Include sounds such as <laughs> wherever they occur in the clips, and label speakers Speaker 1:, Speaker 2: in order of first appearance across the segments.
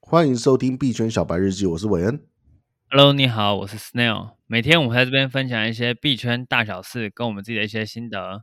Speaker 1: 欢迎收听币圈小白日记，我是韦恩。
Speaker 2: Hello，你好，我是 Snail。每天我们在这边分享一些币圈大小事，跟我们自己的一些心得。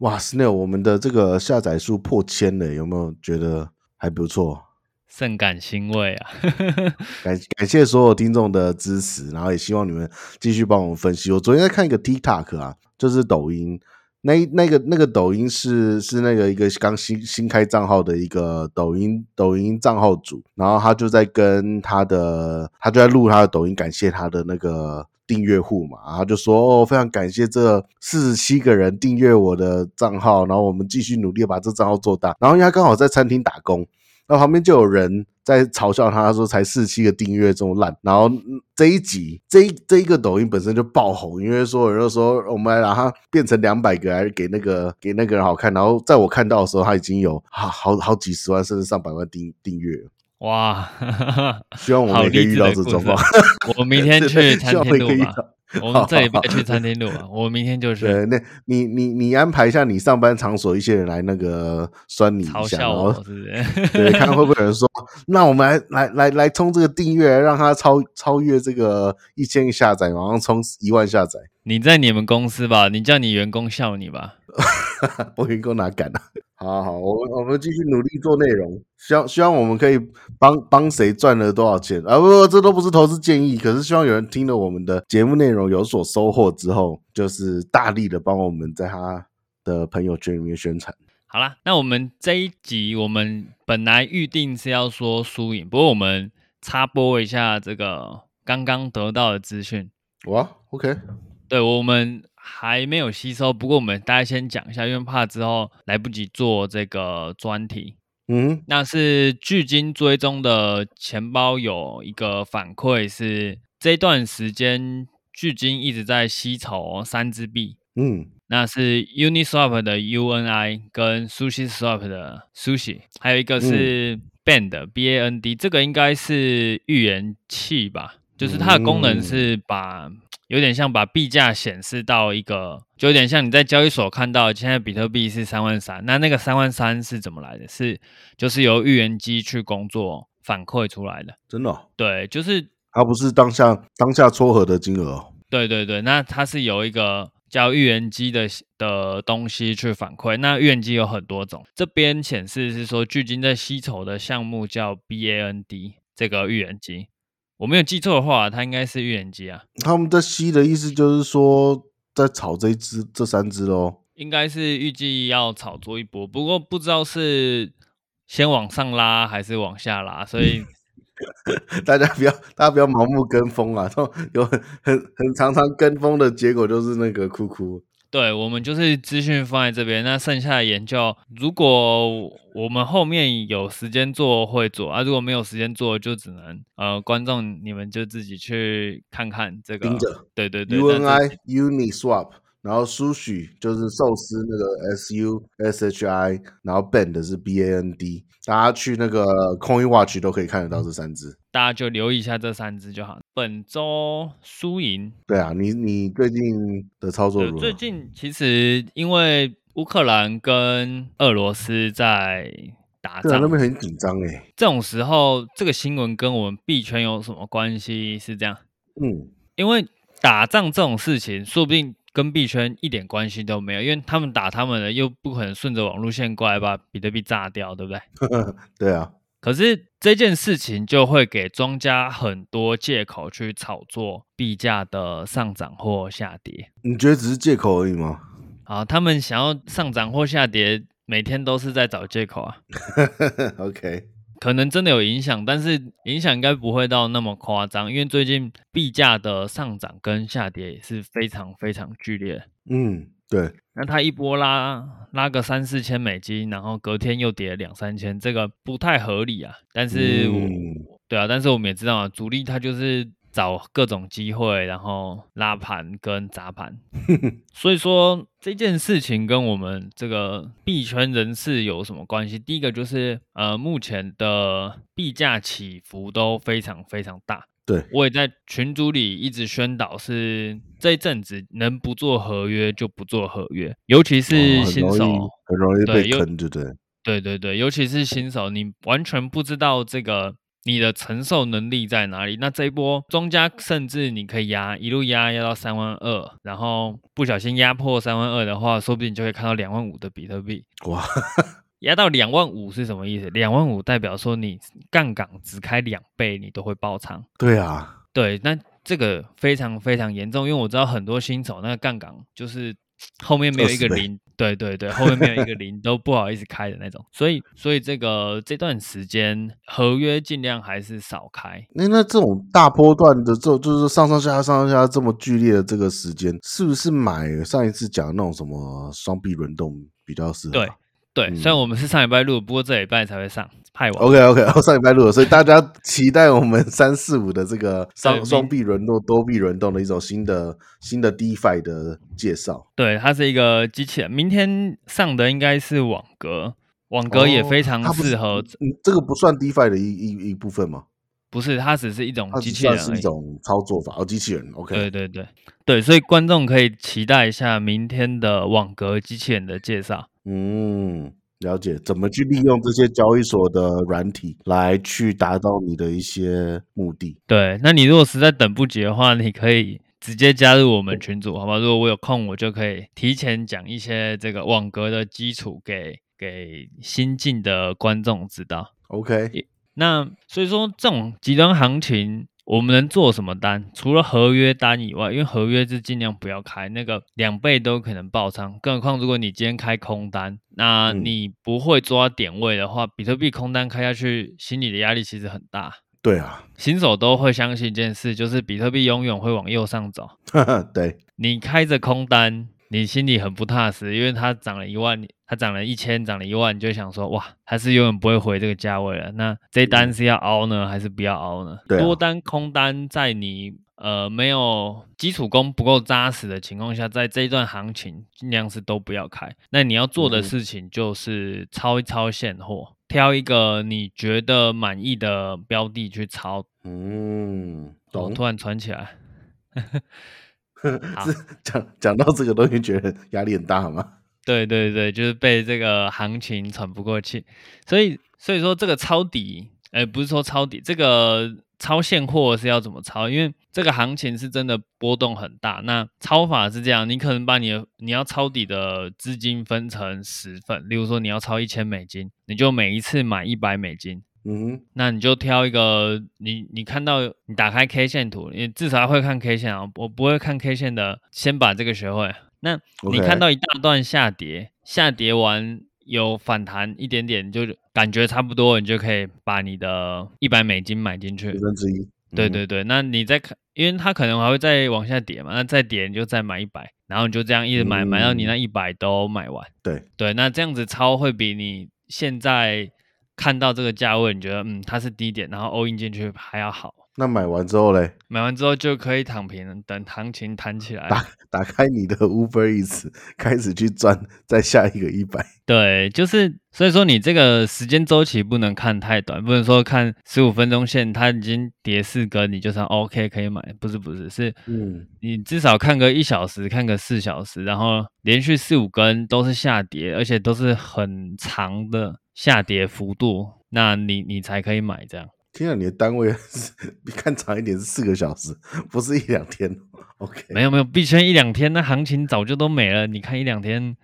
Speaker 1: 哇，Snail，我们的这个下载数破千了，有没有觉得还不错？
Speaker 2: 甚感欣慰啊！ <laughs>
Speaker 1: 感感谢所有听众的支持，然后也希望你们继续帮我们分析。我昨天在看一个 TikTok 啊，就是抖音那那个那个抖音是是那个一个刚新新开账号的一个抖音抖音账号主，然后他就在跟他的他就在录他的抖音，感谢他的那个订阅户嘛，然后就说哦，非常感谢这四十七个人订阅我的账号，然后我们继续努力地把这账号做大。然后因为他刚好在餐厅打工。那旁边就有人在嘲笑他，他说才四七个订阅这么烂。然后嗯这一集这一这一个抖音本身就爆红，因为所有人都说我们来把它变成两百个，还是给那个给那个人好看。然后在我看到的时候，他已经有好好好几十万甚至上百万订订阅了。
Speaker 2: 哇，
Speaker 1: 希望我
Speaker 2: 好
Speaker 1: 每天
Speaker 2: 励
Speaker 1: 遇
Speaker 2: 志
Speaker 1: 到
Speaker 2: 的
Speaker 1: 这
Speaker 2: 故
Speaker 1: 种
Speaker 2: 事
Speaker 1: 吧。
Speaker 2: 我明天去
Speaker 1: 对
Speaker 2: 餐
Speaker 1: 希望
Speaker 2: 厅
Speaker 1: 每个遇
Speaker 2: 录吧。
Speaker 1: 到。
Speaker 2: 我们这礼拜去餐厅录吧。我
Speaker 1: <laughs>
Speaker 2: 明天就是
Speaker 1: 对，那你你你安排一下你上班场所一些人来那个酸你哦一
Speaker 2: 嘲
Speaker 1: 下，
Speaker 2: 笑
Speaker 1: 然后
Speaker 2: 我，是不是？
Speaker 1: <laughs> 对，看会不会有人说，那我们来来来来冲这个订阅，让它超超越这个一千个下载，马上冲一万下载，
Speaker 2: <laughs>
Speaker 1: <laughs>
Speaker 2: 你在你们公司吧？你叫你员工笑你吧？
Speaker 1: 我员工哪敢啊？好好好，我们我们继续努力做内容，希望希望我们可以帮帮谁赚了多少钱啊？不不，这都不是投资建议，可是希望有人听了我们的节目内容有所收获之后，就是大力的帮我们在他的朋友圈里面宣传。
Speaker 2: 好啦，那我们这一集我们本来预定是要说输赢，不过我们插播一下这个刚刚得到的资讯。
Speaker 1: 哇，OK，
Speaker 2: 对我们还没有吸收，不过我们大家先讲一下，因为怕之后来不及做这个专题。
Speaker 1: 嗯
Speaker 2: 那是距今追踪的钱包有一个反馈是，这段时间距今一直在吸筹三支币，
Speaker 1: 嗯，
Speaker 2: 那是 Uniswap 的 UNI 跟 SushiSwap 的 Sushi，还有一个是 Band、B A N D，这个应该是预言器吧，就是它的功能
Speaker 1: 嗯
Speaker 2: 是把、有点像把币价显示到一个，就有点像你在交易所看到现在比特币是三万三，那那个三万三是怎么来的？是就是由预言机去工作反馈出来的，
Speaker 1: 真的、哦，
Speaker 2: 对，就是
Speaker 1: 他不是当下当下撮合的金额、哦。
Speaker 2: 对对对，那它是有一个叫预言机的的东西去反馈。那预言机有很多种，这边显示是说距今在吸筹的项目叫 BAND 这个预言机，我没有记错的话，它应该是预言机啊，
Speaker 1: 他们在吸的意思就是说，在炒这一只这三只喽。
Speaker 2: 应该是预计要炒作一波，不过不知道是先往上拉还是往下拉，所以
Speaker 1: <laughs> 大家不要，大家不要盲目跟风啊！ <laughs> 都有很很很常常跟风的结果就是那个哭哭。
Speaker 2: 对，我们就是资讯放在这边，那剩下的研究，如果我们后面有时间做会做啊，如果没有时间做，就只能呃，观众你们就自己去看看这个
Speaker 1: 盯着。
Speaker 2: 对对对那
Speaker 1: UNI
Speaker 2: 这
Speaker 1: Uniswap，然后 sushi 就是寿司那个 S U S H I，然后 Band 是 B A N D，大家去那个 Coin Watch 都可以看得到这三只。
Speaker 2: 大家就留意一下这三只就好。本周输赢，
Speaker 1: 对啊，你你最近的操作
Speaker 2: 对
Speaker 1: 如何
Speaker 2: 最？近其实因为乌克兰跟俄罗斯在打
Speaker 1: 对啊，
Speaker 2: 仗
Speaker 1: 那，边很紧张哎。
Speaker 2: 这种时候，这个新闻跟我们币圈有什么关系？是这样。
Speaker 1: 嗯，
Speaker 2: 因为打仗这种事情，说不定跟币圈一点关系都没有，因为他们打他们的，又不可能顺着网路线过来把比特币炸掉，对不对？
Speaker 1: 对啊。
Speaker 2: 可是这件事情就会给庄家很多借口去炒作币价的上涨或下跌
Speaker 1: 你觉得只是借口而已
Speaker 2: <laughs>
Speaker 1: 吗？ <laughs>
Speaker 2: 啊，他们想要上涨或下跌，每天都是在找借口啊。
Speaker 1: OK，
Speaker 2: 可能真的有影响，但是影响应该不会到那么夸张，因为最近币价的上涨跟下跌也是非常非常剧烈的。
Speaker 1: 嗯，对，
Speaker 2: 那它一波拉拉个三四千美金，然后隔天又跌两三千，这个不太合理啊。但是我、
Speaker 1: 嗯
Speaker 2: 对啊，但是我们也知道啊，主力他就是找各种机会，然后拉盘跟
Speaker 1: <laughs>
Speaker 2: 砸盘。所以说这件事情跟我们这个币圈人士有什么关系？第一个就是呃，目前的币价起伏都非常非常大。
Speaker 1: 对
Speaker 2: 我也在群组里一直宣导是这一阵子能不做合约就不做合约，尤其
Speaker 1: 哦
Speaker 2: 是
Speaker 1: 很
Speaker 2: 新
Speaker 1: 容易
Speaker 2: 手。
Speaker 1: 很容易
Speaker 2: 对
Speaker 1: 被
Speaker 2: 又
Speaker 1: 坑，对不对？
Speaker 2: 对对对，尤其是新手，你完全不知道这个你的承受能力在哪里。那这一波庄家甚至你可以压一路压压到三万二，然后不小心压破三万二的话，说不定你就会看到两万五的比特币。
Speaker 1: 哇，
Speaker 2: 压到两万五是什么意思？两万五代表说你杠杆只开两倍，你都会爆仓。
Speaker 1: 对啊，
Speaker 2: 对，那这个非常非常严重，因为我知道很多新手那个杠杆就是后面没有一个
Speaker 1: 20倍
Speaker 2: 零，对对对，后面没有一个零都不好意思开的那种，所以所以这个这段时间合约尽量还是少开。
Speaker 1: 那那这种大波段的，这就是上上下下、上上下下这么剧烈的这个时间，是不是买上一次讲的那种什么双臂轮动比较适合？
Speaker 2: 对对，
Speaker 1: 嗯
Speaker 2: 虽然我们是上礼拜录，不过这礼拜才会上派网。
Speaker 1: OK OK，我上 <laughs> 礼拜录了，所以大
Speaker 2: <laughs>
Speaker 1: 家期待我们三四五的这个
Speaker 2: 对
Speaker 1: 双
Speaker 2: 明
Speaker 1: 双臂轮动、多臂轮动的一种新的新的 DeFi 的介绍。
Speaker 2: 对，它是一个机器人，明天上的应该是网格，网格也
Speaker 1: 哦
Speaker 2: 非常
Speaker 1: 它不是
Speaker 2: 适合，
Speaker 1: 嗯，这个不算 DeFi 的一一一部分吗？
Speaker 2: 不是它只是一种
Speaker 1: 它
Speaker 2: 机
Speaker 1: 只
Speaker 2: 器人
Speaker 1: 算
Speaker 2: 而
Speaker 1: 是一
Speaker 2: 已。
Speaker 1: 种操作法哦，机器人。OK，
Speaker 2: 对对对对，所以观众可以期待一下明天的网格机器人的介绍。
Speaker 1: 嗯，了解怎么去利用这些交易所的软体来去达到你的一些目的。
Speaker 2: 对，那你如果实在等不及的话，你可以直接加入我们群组，好吧？如果我有空，我就可以提前讲一些这个网格的基础给给新进的观众知道。
Speaker 1: OK，
Speaker 2: 那所以说，这种极端行情，我们能做什么单？除了合约单以外，因为合约是尽量不要开，那个两倍都可能爆仓。更何况，如果你今天开空单，那
Speaker 1: 嗯
Speaker 2: 你不会抓点位的话，比特币空单开下去，心理的压力其实很大。
Speaker 1: 对啊， <laughs>
Speaker 2: 新手都会相信一件事，就是比特币永远会往右上走。
Speaker 1: 对，
Speaker 2: 你开着空单，你心里很不踏实，因为它涨了一万，它涨了一千，涨了一万，你就想说，哇，它是永远不会回这个价位了。那这单是要凹呢，还是不要凹呢？
Speaker 1: 嗯对啊
Speaker 2: 多单空单在你呃没有基础功不够扎实的情况下，在这一段行情尽量是都不要开。那你要做的
Speaker 1: 嗯
Speaker 2: 事情就是抄一抄现货。挑一个你觉得满意的标的去抄，
Speaker 1: 嗯，
Speaker 2: 我
Speaker 1: 懂。
Speaker 2: 突然传起来，好
Speaker 1: 是讲讲到这个东西，觉得压力很大吗？
Speaker 2: 对对对，就是被这个行情喘不过气，所以所以说这个抄底，哎、不是说抄底，这个抄现货是要怎么抄？因为这个行情是真的波动很大。那抄法是这样，你可能把你的你要抄底的资金分成十份，例如说你要抄一千美金，你就每一次买一百美金，
Speaker 1: 嗯哼，
Speaker 2: 那你就挑一个你你看到你打开 K 线图，你至少会看 K 线啊，我不会看 K 线的，先把这个学会。那
Speaker 1: OK
Speaker 2: 你看到一大段下跌，下跌完有反弹一点点，就感觉差不多了，你就可以把你的一百美金买进去
Speaker 1: 十。分之一。
Speaker 2: 对
Speaker 1: 嗯
Speaker 2: 对对，那你再看，因为它可能还会再往下跌嘛，那再跌你就再买一百，然后你就这样一直买，买到你那一百都买完。
Speaker 1: 对
Speaker 2: 对，那这样子超会比你现在看到这个价位，你觉得嗯它是低点，然后 all in 进去还要好，
Speaker 1: 那买完之后嘞，
Speaker 2: 买完之后就可以躺平，等行情弹起来。
Speaker 1: 打打开你的 Uber Eats，开始去赚再下一个一百。
Speaker 2: 对，就是所以说你这个时间周期不能看太短，不能说看十五分钟线它已经跌四根，你就算 OK 可以买，不是不是，是
Speaker 1: <laughs> 嗯，
Speaker 2: 你至少看个一小时，看个四小时，然后连续四五根都是下跌，而且都是很长的下跌幅度，那你你才可以买这样。
Speaker 1: 听啊到你的单位 <laughs> 是你看长一点是四个小时，不是一两天。OK，哦
Speaker 2: 没有没有，币圈一两天，那行情早就都没了。你看一
Speaker 1: <laughs>
Speaker 2: 两天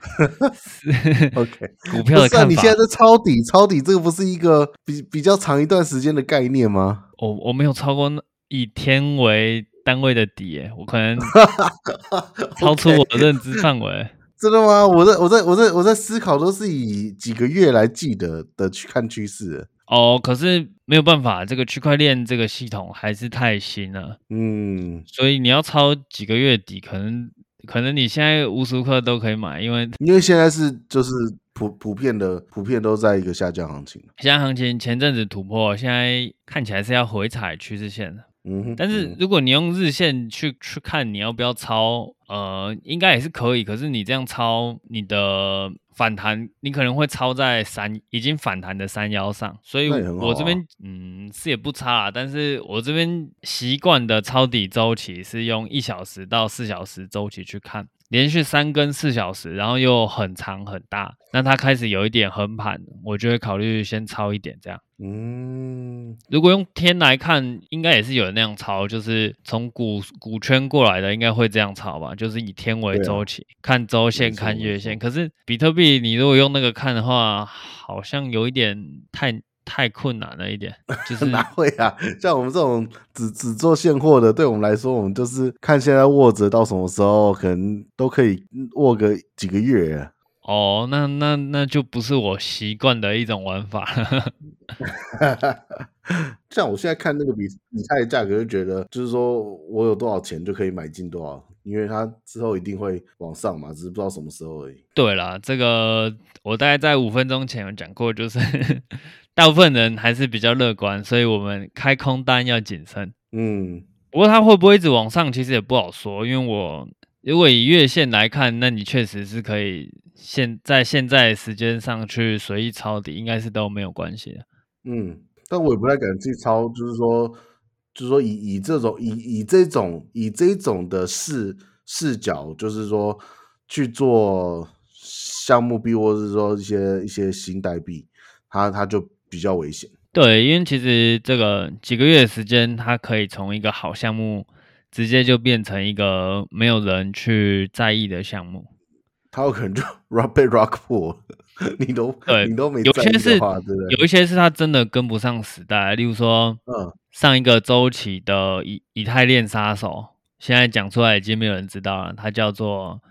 Speaker 1: OK，
Speaker 2: 股票的
Speaker 1: 不是、啊、
Speaker 2: 看
Speaker 1: 你
Speaker 2: 法
Speaker 1: 现，在在抄底，抄底这个不是一个比比较长一段时间的概念吗？
Speaker 2: 我我没有超过那以天为单位的底耶，我可能 <laughs> <laughs> 超出我的认知范围。
Speaker 1: 真的吗？我在我在我在我在思考，都是以几个月来计的的去看趋势。
Speaker 2: 哦，可是没有办法，这个区块链这个系统还是太新了，
Speaker 1: 嗯，
Speaker 2: 所以你要超几个月底，可能可能你现在无时无刻都可以买，因为
Speaker 1: 因为现在是就是普普遍的普遍都在一个下降行情。
Speaker 2: 现在行情前阵子突破，现在看起来是要回踩趋势线的。
Speaker 1: 嗯哼，
Speaker 2: 但是
Speaker 1: 嗯
Speaker 2: 如果你用日线去去看你要不要抄，呃，应该也是可以。可是你这样抄，你的反弹你可能会抄在三已经反弹的三幺上，所以
Speaker 1: 那也很好
Speaker 2: 我这边、
Speaker 1: 啊
Speaker 2: 嗯是也不差啦，但是我这边习惯的抄底周期是用一小时到四小时周期去看。连续三根四小时，然后又很长很大，那它开始有一点横盘，我就会考虑先抄一点这样。
Speaker 1: 嗯，
Speaker 2: 如果用天来看，应该也是有人那样抄，就是从股股圈过来的，应该会这样抄吧，就是以天为
Speaker 1: 对啊
Speaker 2: 周期，看周线、
Speaker 1: 没错
Speaker 2: 看月
Speaker 1: 没错
Speaker 2: 线。可是比特币，你如果用那个看的话，好像有一点太太困难了
Speaker 1: <laughs>
Speaker 2: 一点，就是
Speaker 1: 哪会啊？ <laughs> 像我们这种只只做现货的，对我们来说，我们就是看现在握着到什么时候，可能都可以握个几个月。啊
Speaker 2: 哦，那那那就不是我习惯的一种玩法 <laughs> 了。
Speaker 1: <laughs> 像我现在看那个比比特的价格，就觉得就是说我有多少钱就可以买进多少，因为它之后一定会往上嘛，只是不知道什么时候而已。
Speaker 2: 对啦，这个我大概在五分钟前有讲过，就是 <laughs> 大部分人还是比较乐观，所以我们开空单要谨慎。
Speaker 1: 嗯，
Speaker 2: 不过它会不会一直往上，其实也不好说，因为我如果以月线来看，那你确实是可以现在现在时间上去随意抄底，应该是都没有关系的。
Speaker 1: 嗯，但我也不太敢去抄，就是说，就是说以以这种以以这种以这种的视视角，就是说去做项目币，或者是说一些一些新代币，它它就比较危险。
Speaker 2: 对，因为其实这个几个月的时间，它可以从一个好项目直接就变成一个没有人去在意的项目。
Speaker 1: 它有可能就 <laughs> rock 被 rock 破了， <laughs> 你都
Speaker 2: 对
Speaker 1: 你都没
Speaker 2: 有
Speaker 1: 在
Speaker 2: 些
Speaker 1: 意的
Speaker 2: 是
Speaker 1: 话，对不对？
Speaker 2: 有一些是它真的跟不上时代，例如说
Speaker 1: 嗯， <laughs>
Speaker 2: 上一个周期的以以太链杀手，现在讲出来已经没有人知道了，它叫做。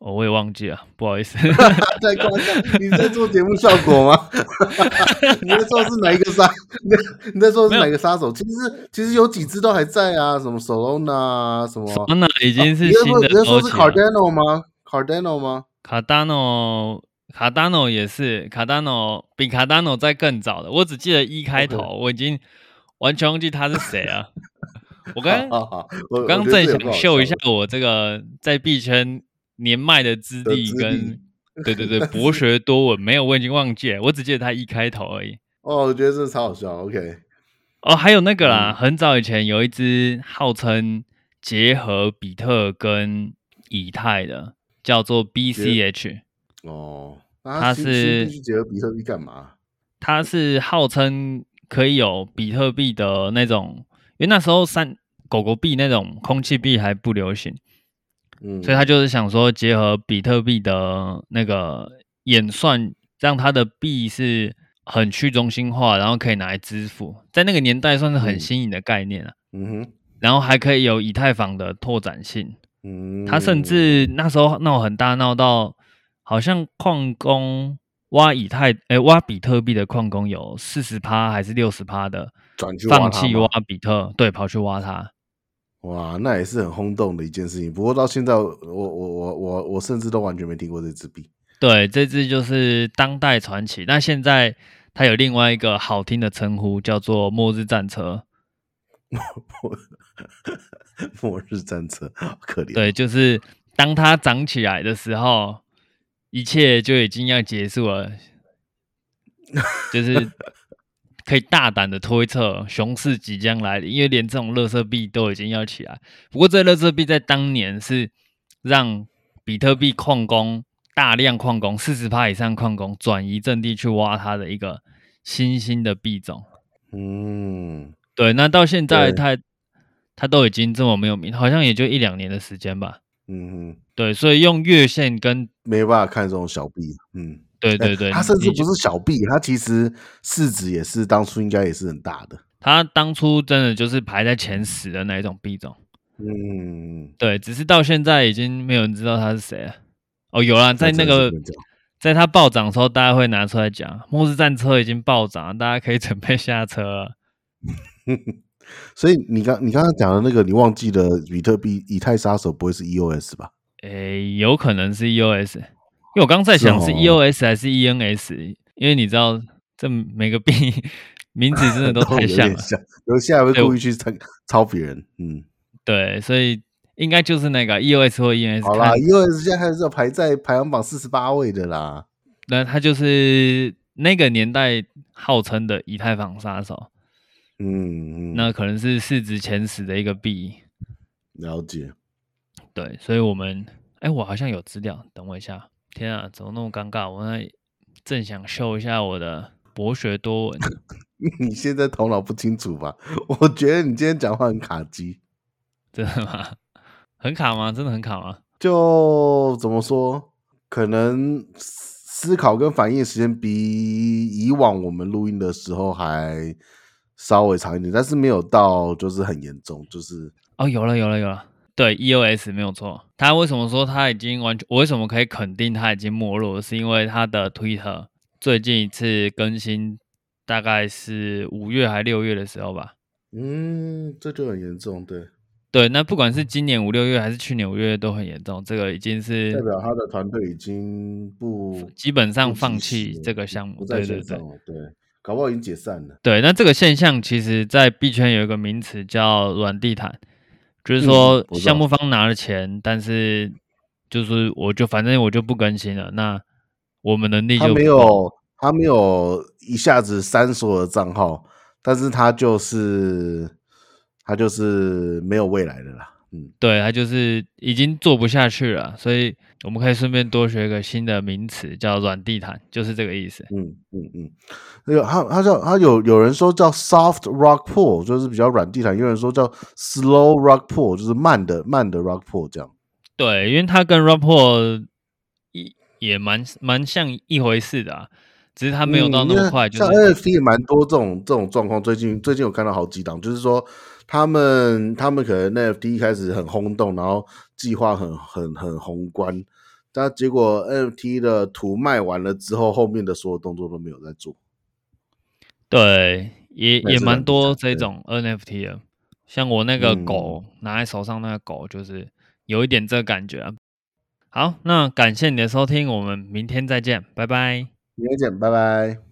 Speaker 2: 哦，我也忘记了，不好
Speaker 1: <laughs>
Speaker 2: 意思。
Speaker 1: 在夸张，你在做节目效果吗？ <laughs> 你在说是哪一个杀？ <laughs> 你在你在说是哪个杀手？其实其实有几只都还在啊，什么 Solana 啊，什么。
Speaker 2: 那已经是
Speaker 1: 你在
Speaker 2: 新
Speaker 1: 说
Speaker 2: 的
Speaker 1: 你在
Speaker 2: 周
Speaker 1: 说是
Speaker 2: 期了。
Speaker 1: Cardano 吗？Cardano 吗？
Speaker 2: 卡达诺，卡达诺也是，卡达诺比卡达诺在更早的，我只记得一开头，我已经完全忘记他是谁了。我刚
Speaker 1: 好好好，我
Speaker 2: 我刚
Speaker 1: 觉得
Speaker 2: 正
Speaker 1: 这也不
Speaker 2: 想
Speaker 1: 好
Speaker 2: 秀一下
Speaker 1: 笑
Speaker 2: 我这个在币圈年迈的资
Speaker 1: 的
Speaker 2: 历
Speaker 1: 资
Speaker 2: 跟
Speaker 1: 历
Speaker 2: 对
Speaker 1: <laughs>
Speaker 2: 对对博学多闻，没有我已经忘记了，我只记得他一开头而已。
Speaker 1: 哦，我觉得这超好笑。OK，
Speaker 2: 哦，还有那个啦，
Speaker 1: 嗯
Speaker 2: 很早以前有一只号称结合比特跟以太的，叫做 BCH，
Speaker 1: 哦，那
Speaker 2: 它
Speaker 1: 新
Speaker 2: 是
Speaker 1: 新币去结合比特币干嘛？
Speaker 2: 它是号称可以有比特币的那种，因为那时候三狗狗币那种空气币还不流行，
Speaker 1: 嗯，
Speaker 2: 所以他就是想说结合比特币的那个演算，让它的币是很去中心化，然后可以拿来支付，在那个年代算是很
Speaker 1: 嗯
Speaker 2: 新颖的概念了、
Speaker 1: 嗯哼，
Speaker 2: 然后还可以有以太坊的拓展性，
Speaker 1: 嗯，
Speaker 2: 它甚至那时候闹很大，闹到好像矿工挖以太，诶、挖比特币的矿工有四十趴还是六十趴的
Speaker 1: 转去挖
Speaker 2: 放
Speaker 1: 它
Speaker 2: 弃
Speaker 1: 吗
Speaker 2: 挖比特，对，跑去挖它。
Speaker 1: 哇，那也是很轰动的一件事情。不过到现在我，我我我我我甚至都完全没听过这支笔。
Speaker 2: 对，这支就是当代传奇。那现在它有另外一个好听的称呼，叫做“末日战车
Speaker 1: 末日战车，好可”。怜。
Speaker 2: 对，就是当它涨起来的时候，一切就已经要结束了，就是可以大胆的推测熊市即将来临，因为连这种垃圾币都已经要起来。不过这垃圾币在当年是让比特币矿工大量矿工四十趴以上矿工转移阵地去挖它的一个新兴的币种。
Speaker 1: 嗯，
Speaker 2: 对，那到现在
Speaker 1: 对
Speaker 2: 它它都已经这么没有名，好像也就一两年的时间吧。
Speaker 1: 嗯哼，
Speaker 2: 对，所以用月线跟
Speaker 1: 没办法看这种小币。嗯，
Speaker 2: 对对
Speaker 1: 哎
Speaker 2: 对，
Speaker 1: 它甚至
Speaker 2: 你
Speaker 1: 不是小币，它其实市值也是当初应该也是很大的。
Speaker 2: 它当初真的就是排在前十的那一种币种。
Speaker 1: 嗯，
Speaker 2: 对，只是到现在已经没有人知道他是谁了。哦，有啦，在那
Speaker 1: 真的
Speaker 2: 个
Speaker 1: 是不能讲
Speaker 2: 在它暴涨的时候，大家会拿出来讲，末日战车已经暴涨了，大家可以 <laughs> 准备下车了。
Speaker 1: 所以你刚你刚刚讲的那个，你忘记了比特币以太杀手不会是 EOS 吧？
Speaker 2: 诶，有可能是 EOS，因为我刚在想是
Speaker 1: 是哦
Speaker 2: EOS 还是 ENS，因为你知道这每个币 <laughs> 名字真
Speaker 1: <laughs>
Speaker 2: 的都
Speaker 1: 有
Speaker 2: 太像
Speaker 1: 点
Speaker 2: 了，
Speaker 1: 像，有些还会
Speaker 2: 对
Speaker 1: 故意去抄抄别人。嗯。
Speaker 2: 对，所以应该就是那个啊 EOS 或 E ENS。
Speaker 1: 好啦，因为现在还是要排在排行榜四十八位的啦。
Speaker 2: 那他就是那个年代号称的以太坊杀手，
Speaker 1: 嗯，嗯
Speaker 2: 那可能是市值前十的一个币。
Speaker 1: 了解， <laughs>
Speaker 2: 对，所以我们，哎、我好像有资料，等我一下。天啊，怎么那么尴尬？我那正想秀一下我的博学多闻， <laughs>
Speaker 1: 你现在头脑不清楚吧？ <laughs> 我觉得你今天讲话很卡机，
Speaker 2: 真的吗？很卡吗？真的很卡吗？
Speaker 1: 就怎么说，可能思考跟反应的时间比以往我们录音的时候还稍微长一点，但是没有到就是很严重，就是
Speaker 2: 哦，有了，有了，有了。对，EOS 没有错。他为什么说他已经完全？我为什么可以肯定他已经没落？是因为他的 Twitter 最近一次更新大概是五月还六月的时候吧。
Speaker 1: 嗯，这就很严重，对，
Speaker 2: 对，那不管是今年五六月还是去年五六月都很严重，这个已经是
Speaker 1: 代表他的团队已经不
Speaker 2: 基本上
Speaker 1: 不及
Speaker 2: 放
Speaker 1: 时
Speaker 2: 弃
Speaker 1: 了
Speaker 2: 这个项目。
Speaker 1: 不在
Speaker 2: 对
Speaker 1: 线
Speaker 2: 对
Speaker 1: 上
Speaker 2: 对
Speaker 1: 了，对，搞不好已经解散了。
Speaker 2: 对。那这个现象其实，在币圈有一个名词叫软地毯，就是说
Speaker 1: 嗯我知道
Speaker 2: 项目方拿了钱，但是就是我就反正我就不更新了，那我们能力
Speaker 1: 他
Speaker 2: 就
Speaker 1: 没
Speaker 2: 不够
Speaker 1: 有，他没有一下子删所有的账号，但是他就是他就是没有未来的啦。嗯，
Speaker 2: 对他就是已经做不下去了，所以我们可以顺便多学一个新的名词叫软地毯，就是这个意思。
Speaker 1: 嗯嗯嗯，那个他他叫他有有人说叫 soft rock pool，就是比较软地毯；，有人说叫 slow rock pool，就是慢的慢的 rock pool 这样。
Speaker 2: 对，因为它跟 Rapport 一也蛮蛮像一回事的、啊，只是它没有到
Speaker 1: 嗯
Speaker 2: 那
Speaker 1: 因
Speaker 2: 么
Speaker 1: 为
Speaker 2: 快，就
Speaker 1: 像
Speaker 2: 是
Speaker 1: NFT 也蛮多这种这种状况，最近最近有看到好几档，就是说他们他们可能 NFT 一开始很轰动，然后计划很很很宏观，但结果 NFT 的图卖完了之后，后面的所有动作都没有在做。
Speaker 2: 对，也
Speaker 1: 那也
Speaker 2: 也
Speaker 1: 是
Speaker 2: 蛮
Speaker 1: 软
Speaker 2: 多
Speaker 1: 地毯
Speaker 2: 这
Speaker 1: 对
Speaker 2: <laughs> 种 NFT 的。像我那个
Speaker 1: 嗯
Speaker 2: 狗、拿在手上那个狗，就是有一点这个感觉啊。好，那感谢你的收听，我们明天再见，拜拜。
Speaker 1: 明天见，拜拜。